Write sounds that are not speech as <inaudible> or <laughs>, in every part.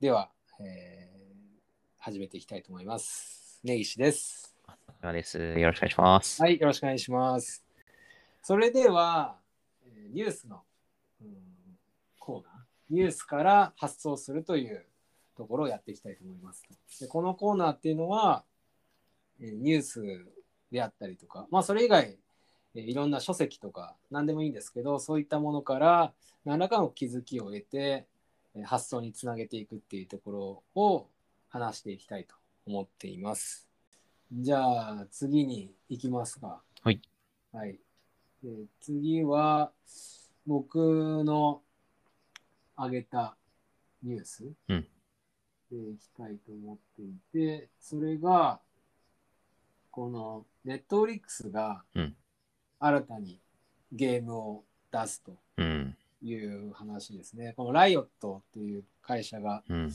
では、えー始めていきたいと思います。根岸です。そうです。よろしくお願いします。はい、よろしくお願いします。それでは、えーニュースの、うんコーナー、ニュースから発想するというところをやっていきたいと思います。でこのコーナーっていうのは、えーニュースであったりとか、まあ、それ以外、えーいろんな書籍とか、何でもいいんですけど、そういったものから、何らかの気づきを得て、えー発想につなげていくっていうところを話していきたいと思っています。じゃあ次に行きますか。はい。はい。で次は僕の挙げたニュースうんでいきたいと思っていて、それがこのネットフリックスがうん新たにゲームを出すとうん。いう話ですね。このライオットっていう会社がうん。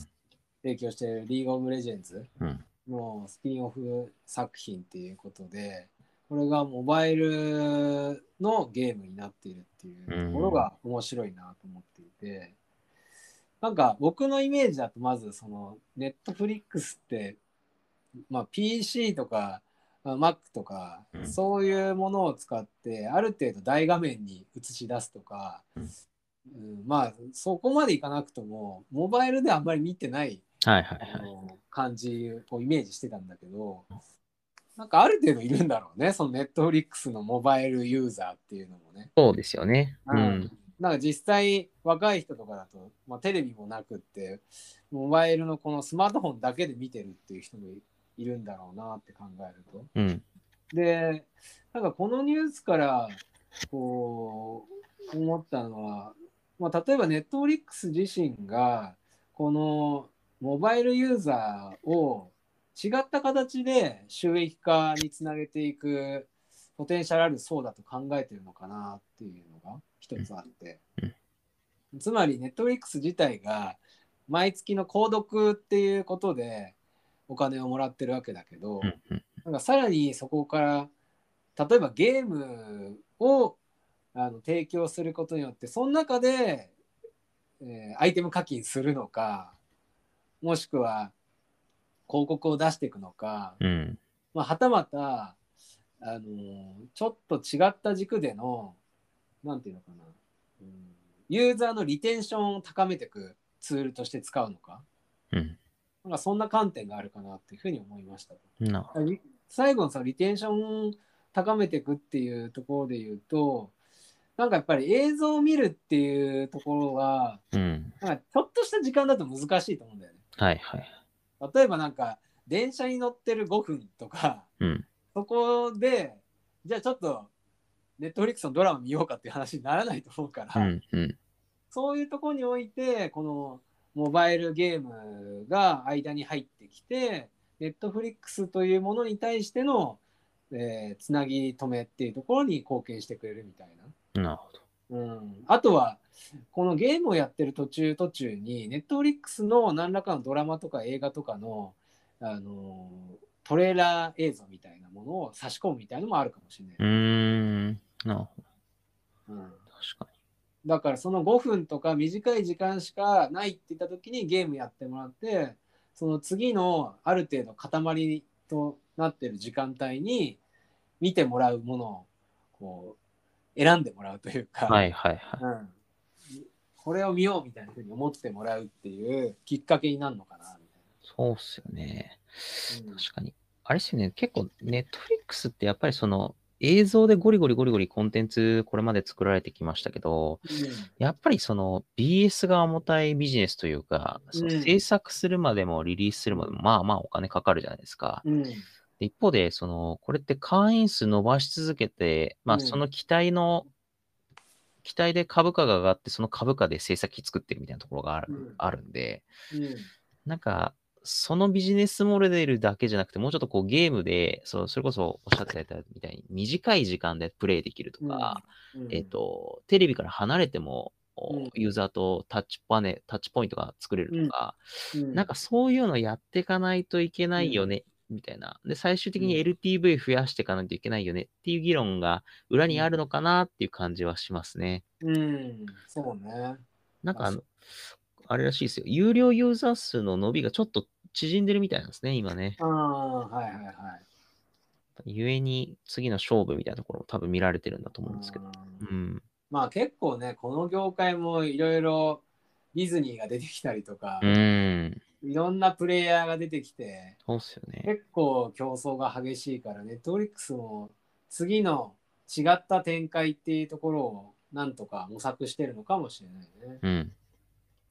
提供しているリーグオブレジェンズうん。のスピンオフ作品っていうことで、これがモバイルのゲームになっているっていうところが面白いなと思っていて、なんか僕のイメージだとまずそのネットフリックスって、まあ、PC とかまあ Mac とか、うんそういうものを使ってある程度大画面に映し出すとか、うんうんまあそこまでいかなくともモバイルであんまり見てないはいはいあはい。の感じをイメージしてたんだけど、なんかある程度いるんだろうね、そのネットフリックスのモバイルユーザーっていうのもね。そうですよね。ううんん。なんか実際若い人とかだと、まあ、テレビもなくって、モバイルのこのスマートフォンだけで見てるっていう人もいるんだろうなって考えると。うん。で、なんかこのニュースから、こう、思ったのは、まあ、例えばネットフリックス自身が、このモバイルユーザーを違った形で収益化につなげていくポテンシャルあるそうだと考えてるのかなっていうのが一つあってうん。つまりネットフリックス自体が毎月の購読っていうことでお金をもらってるわけだけど、うん。うんなんかさらにそこから例えばゲームをあの提供することによってその中で、えーアイテム課金するのかもしくは広告を出していくのか、うん。まあ、はたまた、あのーちょっと違った軸でのなんていうのかな、うんユーザーのリテンションを高めていくツールとして使うのかうん。なんかそんな観点があるかなっていうふうに思いました。なるほどリ最後のそのリテンションを高めていくっていうところで言うとなんかやっぱり映像を見るっていうところはうん。なんかちょっとした時間だと難しいと思うんだよね。はいはい。例えばなんか電車に乗ってる5分とかうん。そこでじゃあちょっとネットフリックスのドラマ見ようかっていう話にならないと思うから、うん。うん。そういうところにおいて、このモバイルゲームが間に入ってきて、ネットフリックスというものに対しての、えーつなぎ止めっていうところに貢献してくれるみたいな。なるほど。うん、あとは、このゲームをやってる途中途中に、ネットフリックスの何らかのドラマとか映画とかの、あのートレーラー映像みたいなものを差し込むみたいなのもあるかもしれうない。ーん。なるほど。うん確かだからその5分とか短い時間しかないって言った時にゲームやってもらってその次のある程度塊となってる時間帯に見てもらうものをこう選んでもらうというか、に。はいはいはい。うん、これを見ようみたいなふうに思ってもらうっていうきっかけになるのかなみそうっすよね。たいな。確かに。あれっすよね。結構、ネットフリックスってやっぱりその、映像でゴリゴリゴリゴリコンテンツこれまで作られてきましたけど、やっぱりその BS が重たいビジネスというか、そのうん制作するまでもリリースするまでもまあまあお金かかるじゃないですか。うんうんで一方で、その、これって会員数伸ばし続けて、まうあんその期待の、期待で株価が上がって、その株価で制作費作ってるみたいなところがある,、うんあるんで、うんなんか、そのビジネスモデルだけじゃなくて、もうちょっとこうゲームで、そうそれこそおっしゃっていただいたみたいに、短い時間でプレイできるとか、うんえっ、と、テレビから離れても、おうんユーザーとタッチパネ、タッチポイントが作れるとか、うんなんかそういうのやっていかないといけないよね、みたいな。で、最終的にうん LTV 増やしていかないといけないよねっていう議論が裏にあるのかなっていう感じはしますね。うんそうね。なんかああの、あれらしいですよ。有料ユーザー数の伸びがちょっと縮んでるみたいなんですね、今ね。ああ、はいはいはい。ゆえに、次の勝負みたいなところも多分見られてるんだと思うんですけど。うんうん。まあ結構ね、この業界もいろいろディズニーが出てきたりとかう、ん。いろんなプレイヤーが出てきて、そうっすよね。結構競争が激しいから、ネットフリックスも次の違った展開っていうところをなんとか模索してるのかもしれないね。うん。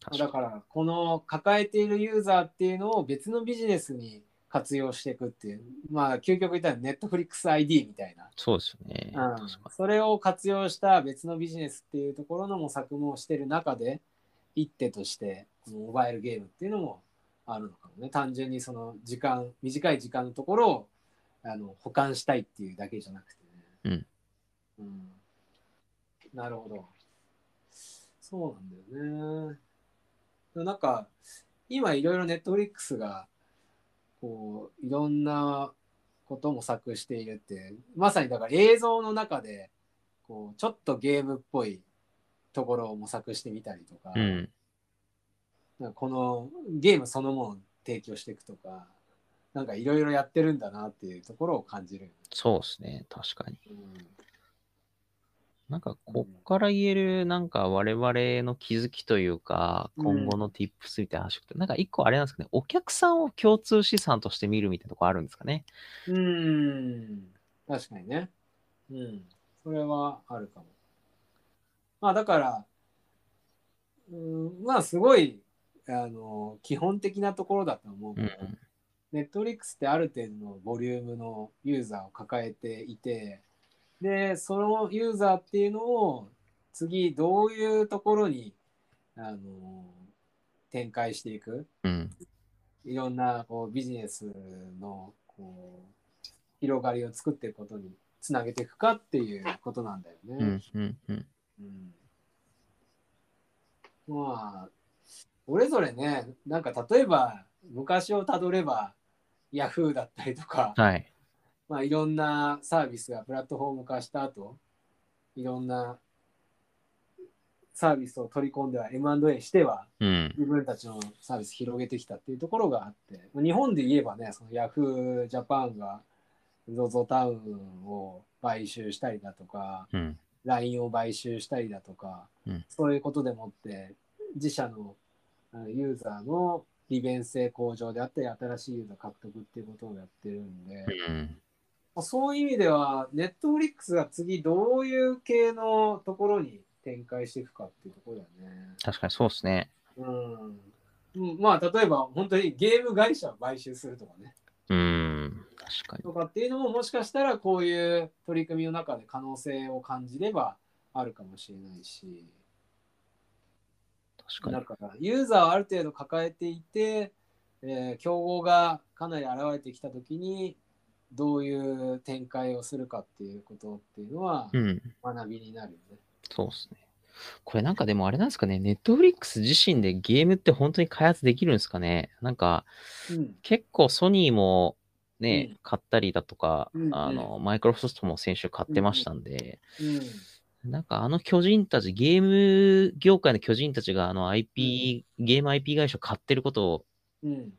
確かだにから、この抱えているユーザーっていうのを別のビジネスに活用していくっていう、まあ、究極言ったらネットフリックス ID みたいな、そうですよね。うん確かそれを活用した別のビジネスっていうところの模索もしてる中で、一手として、このモバイルゲームっていうのもあるのかもね。単純にその時間、短い時間のところをあの保管したいっていうだけじゃなくてね。うん。なるほど。そうなんだよね。でもなんか、今いろいろネットフリックスが、こう、いろんなことを模索しているって、まさにだから映像の中で、こう、ちょっとゲームっぽいところを模索してみたりとか、に。うん。なんかこのゲームそのものを提供していくとか、なんかいろいろやってるんだなっていうところを感じるよね。そうですね。確かに。うんなんか、こっから言える、なんか、我々の気づきというか、うん今後の tips みたいな話を聞くと、なんか一個あれなんですかね、お客さんを共通資産として見るみたいなとこあるんですかね。うーん、確かにね。うん、それはあるかも。まあだから、うん、まあすごい、あの、基本的なところだと思うけうどん。、ネットフリックスってある程度のボリュームのユーザーを抱えていて、で、そのユーザーっていうのを次どういうところに、あの、展開していくうん。いろんなこうビジネスのこう広がりを作っていくことにつなげていくかっていうことなんだよね。うん。うん。うん。うんまあそれぞれねなんか例えば昔をたどれば Yahoo だったりとか、はい。まあ、いろんなサービスがプラットフォーム化した後いろんなサービスを取り込んでは M&A してはうん。自分たちのサービス広げてきたっていうところがあって、日本で言えばね、その Yahoo! ジャパンが ZOZO タウンを買収したりだとか、うん。 LINE を買収したりだとか、うんそういうことでもって、自社のあのユーザーの利便性向上であったり、新しいユーザー獲得っていうことをやってるんで、うん。まあそういう意味では、Netflix が次どういう系のところに展開していくかっていうところだよね。確かにそうですね。うんうん、まあ例えば本当にゲーム会社を買収するとかねうん。確かに。とかっていうのももしかしたらこういう取り組みの中で可能性を感じればあるかもしれないし確かだに。からユーザーをある程度抱えていて、えー競合がかなり現れてきた時にどういう展開をするかっていうことっていうのはうん。学びになるよね。そうですね。これなんかでもあれなんですかね、ネットフリックス自身でゲームって本当に開発できるんですかね。なんかうん結構ソニーもね、うん買ったりだとか、うんうんあの、マイクロソフトも先週買ってましたんで、うんなんかあの巨人たち、ゲーム業界の巨人たちがあの IP、ゲーム IP 会社を買ってることをうん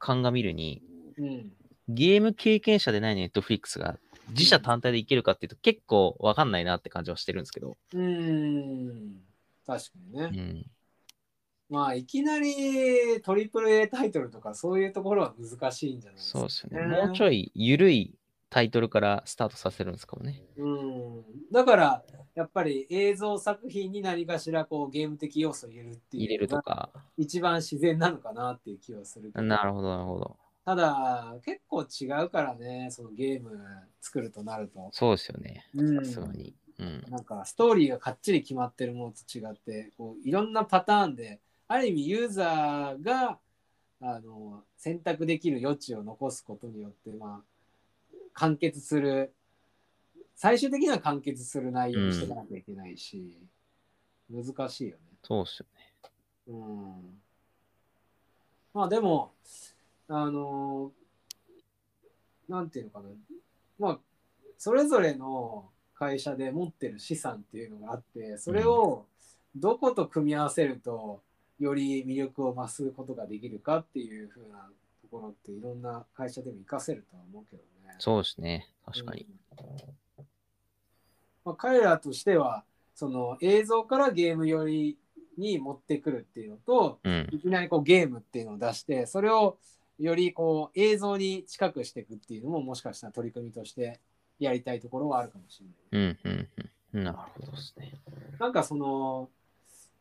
鑑みるに、うんゲーム経験者でないネットフリックスが自社単体でいけるかっていうと結構わかんないなって感じはしてるんですけど。うん確かにね。うん。まあ、いきなりトリプル A タイトルとかそういうところは難しいんじゃないですか。そうですよね。ねもうちょい緩いタイトルからスタートさせるんですかもね。うん、だから、やっぱり映像作品に何かしらこうゲーム的要素を入れるって入いれうのるとがか。一番自然なのかなっていう気はするけどなるほど、なるほど。ただ、結構違うからね、そのゲーム作るとなると。そうですよね。うんさすがに。うん。なんかストーリーがかっちり決まってるものと違ってこういろんなパターンである意味ユーザーがあの選択できる余地を残すことによって、まあ、完結する最終的には完結する内容にしていかなきゃいけないし、難しいよね。そうですよね。うんまあでも、あのなんていうのかな、まあ、それぞれの会社で持ってる資産っていうのがあって、それをどこと組み合わせるとより魅力を増すことができるかっていうふうなところっていろんな会社でも活かせるとは思うけどね。そうですね。確かに。うんまあ、彼らとしてはその映像からゲーム寄りに持ってくるっていうのとうん。いきなりこうゲームっていうのを出してそれをよりこう映像に近くしていくっていうのももしかしたら取り組みとしてやりたいところはあるかもしれない。うん。うん。うんなるほどですね。なんかその、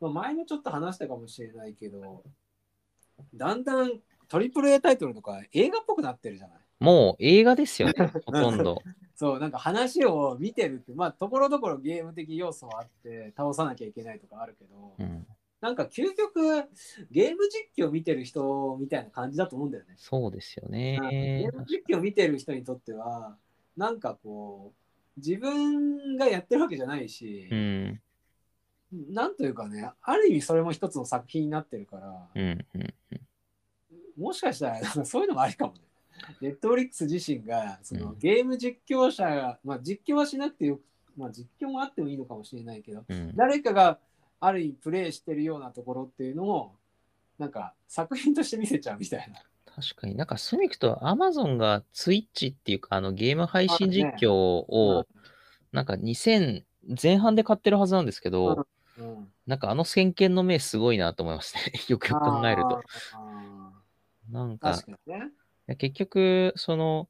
まあ、前もちょっと話したかもしれないけど、だんだん AAA タイトルとか映画っぽくなってるじゃない。もう映画です <laughs> よね。ほとんど。そう、なんか話を見てるって、まあ、ところどころゲーム的要素はあって、倒さなきゃいけないとかあるけど、うん。なんか究極、ゲーム実況見てる人みたいな感じだと思うんだよね。そうですよゲねー。ム実況見てる人にとっては、なんかこう、自分がやってるわけじゃないし、うん。なんというかね、ある意味それも一つの作品になってるから、うん。うん。もしかしたらなんかそういうのもありかもね。ネットフリックス自身がそのうんゲーム実況者が、まあ、実況はしなくてよく、まあ、実況もあってもいいのかもしれないけど、うん。誰かがある意味プレイしてるようなところっていうのをなんか作品として見せちゃうみたいな。確かになんかスミクとアマゾンがツイッチっていうかあのゲーム配信実況うんをなんか2000前半で買ってるはずなんですけど、うんなんかあの先見の明すごいなと思いますね。 <laughs> よくよく考えると。。あなんーあーか確かにね。結局その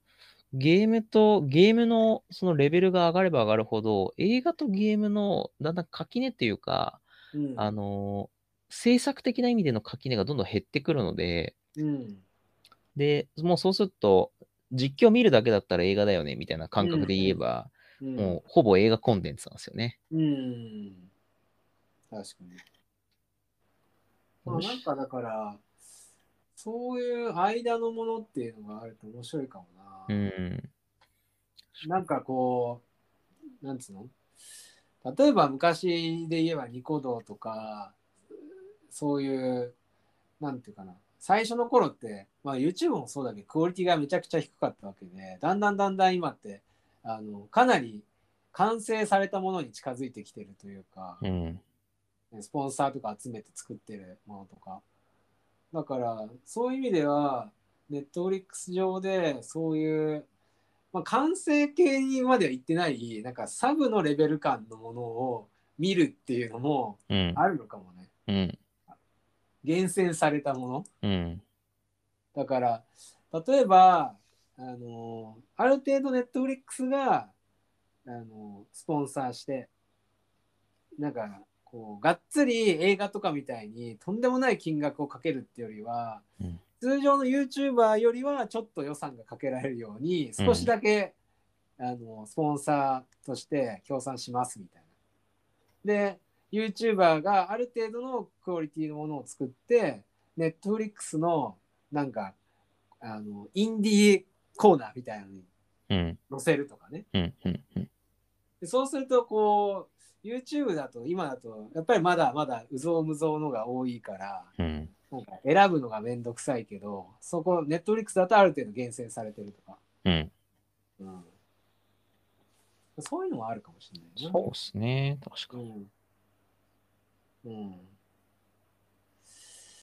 ゲームとゲームのそのレベルが上がれば上がるほど映画とゲームのだんだん垣根というか、うんあの制作的な意味での垣根がどんどん減ってくるので、うんで、もうそうすると、実況見るだけだったら映画だよねみたいな感覚で言えば、うんもうほぼ映画コンテンツなんですよね。うん。確かに。まあ、よしなんかだから、そういう間のものっていうのがあると面白いかもうな。ん。なんかこう、なんつうの例えば昔で言えばニコ動とか、そういう、なんていうかな。最初の頃って、まあ、YouTube もそうだけど、クオリティがめちゃくちゃ低かったわけで、だんだんだんだん今って、あのかなり完成されたものに近づいてきてるというか、うん。ねスポンサーとか集めて作ってるものとか。だから、そういう意味では、ネットフリックス上で、そういう、まあ、完成形にまではいってない、なんかサブのレベル感のものを見るっていうのもうん。あるのかもね。うん。厳選されたもの。うん。だから、例えば、あのある程度ネットフリックスが、あのスポンサーして、なんか、こう、がっつり映画とかみたいに、とんでもない金額をかけるってよりは、うん通常の YouTuber よりは、ちょっと予算がかけられるように、少しだけ、あのスポンサーとして協賛しますみたいな。で、YouTuber がある程度のクオリティのものを作って、Netflix のなんか、あの、インディーコーナーみたいなのにうん。載せるとかね。うん。うん。でそうすると、こう、YouTube だと、今だと、やっぱりまだまだうぞうむぞうのが多いから、うん。なんか選ぶのがめんどくさいけど、そこ、Netflix だとある程度厳選されてるとか。うん。うん。そういうのはあるかもしれないな。そうですね。確かうに。ん。うん。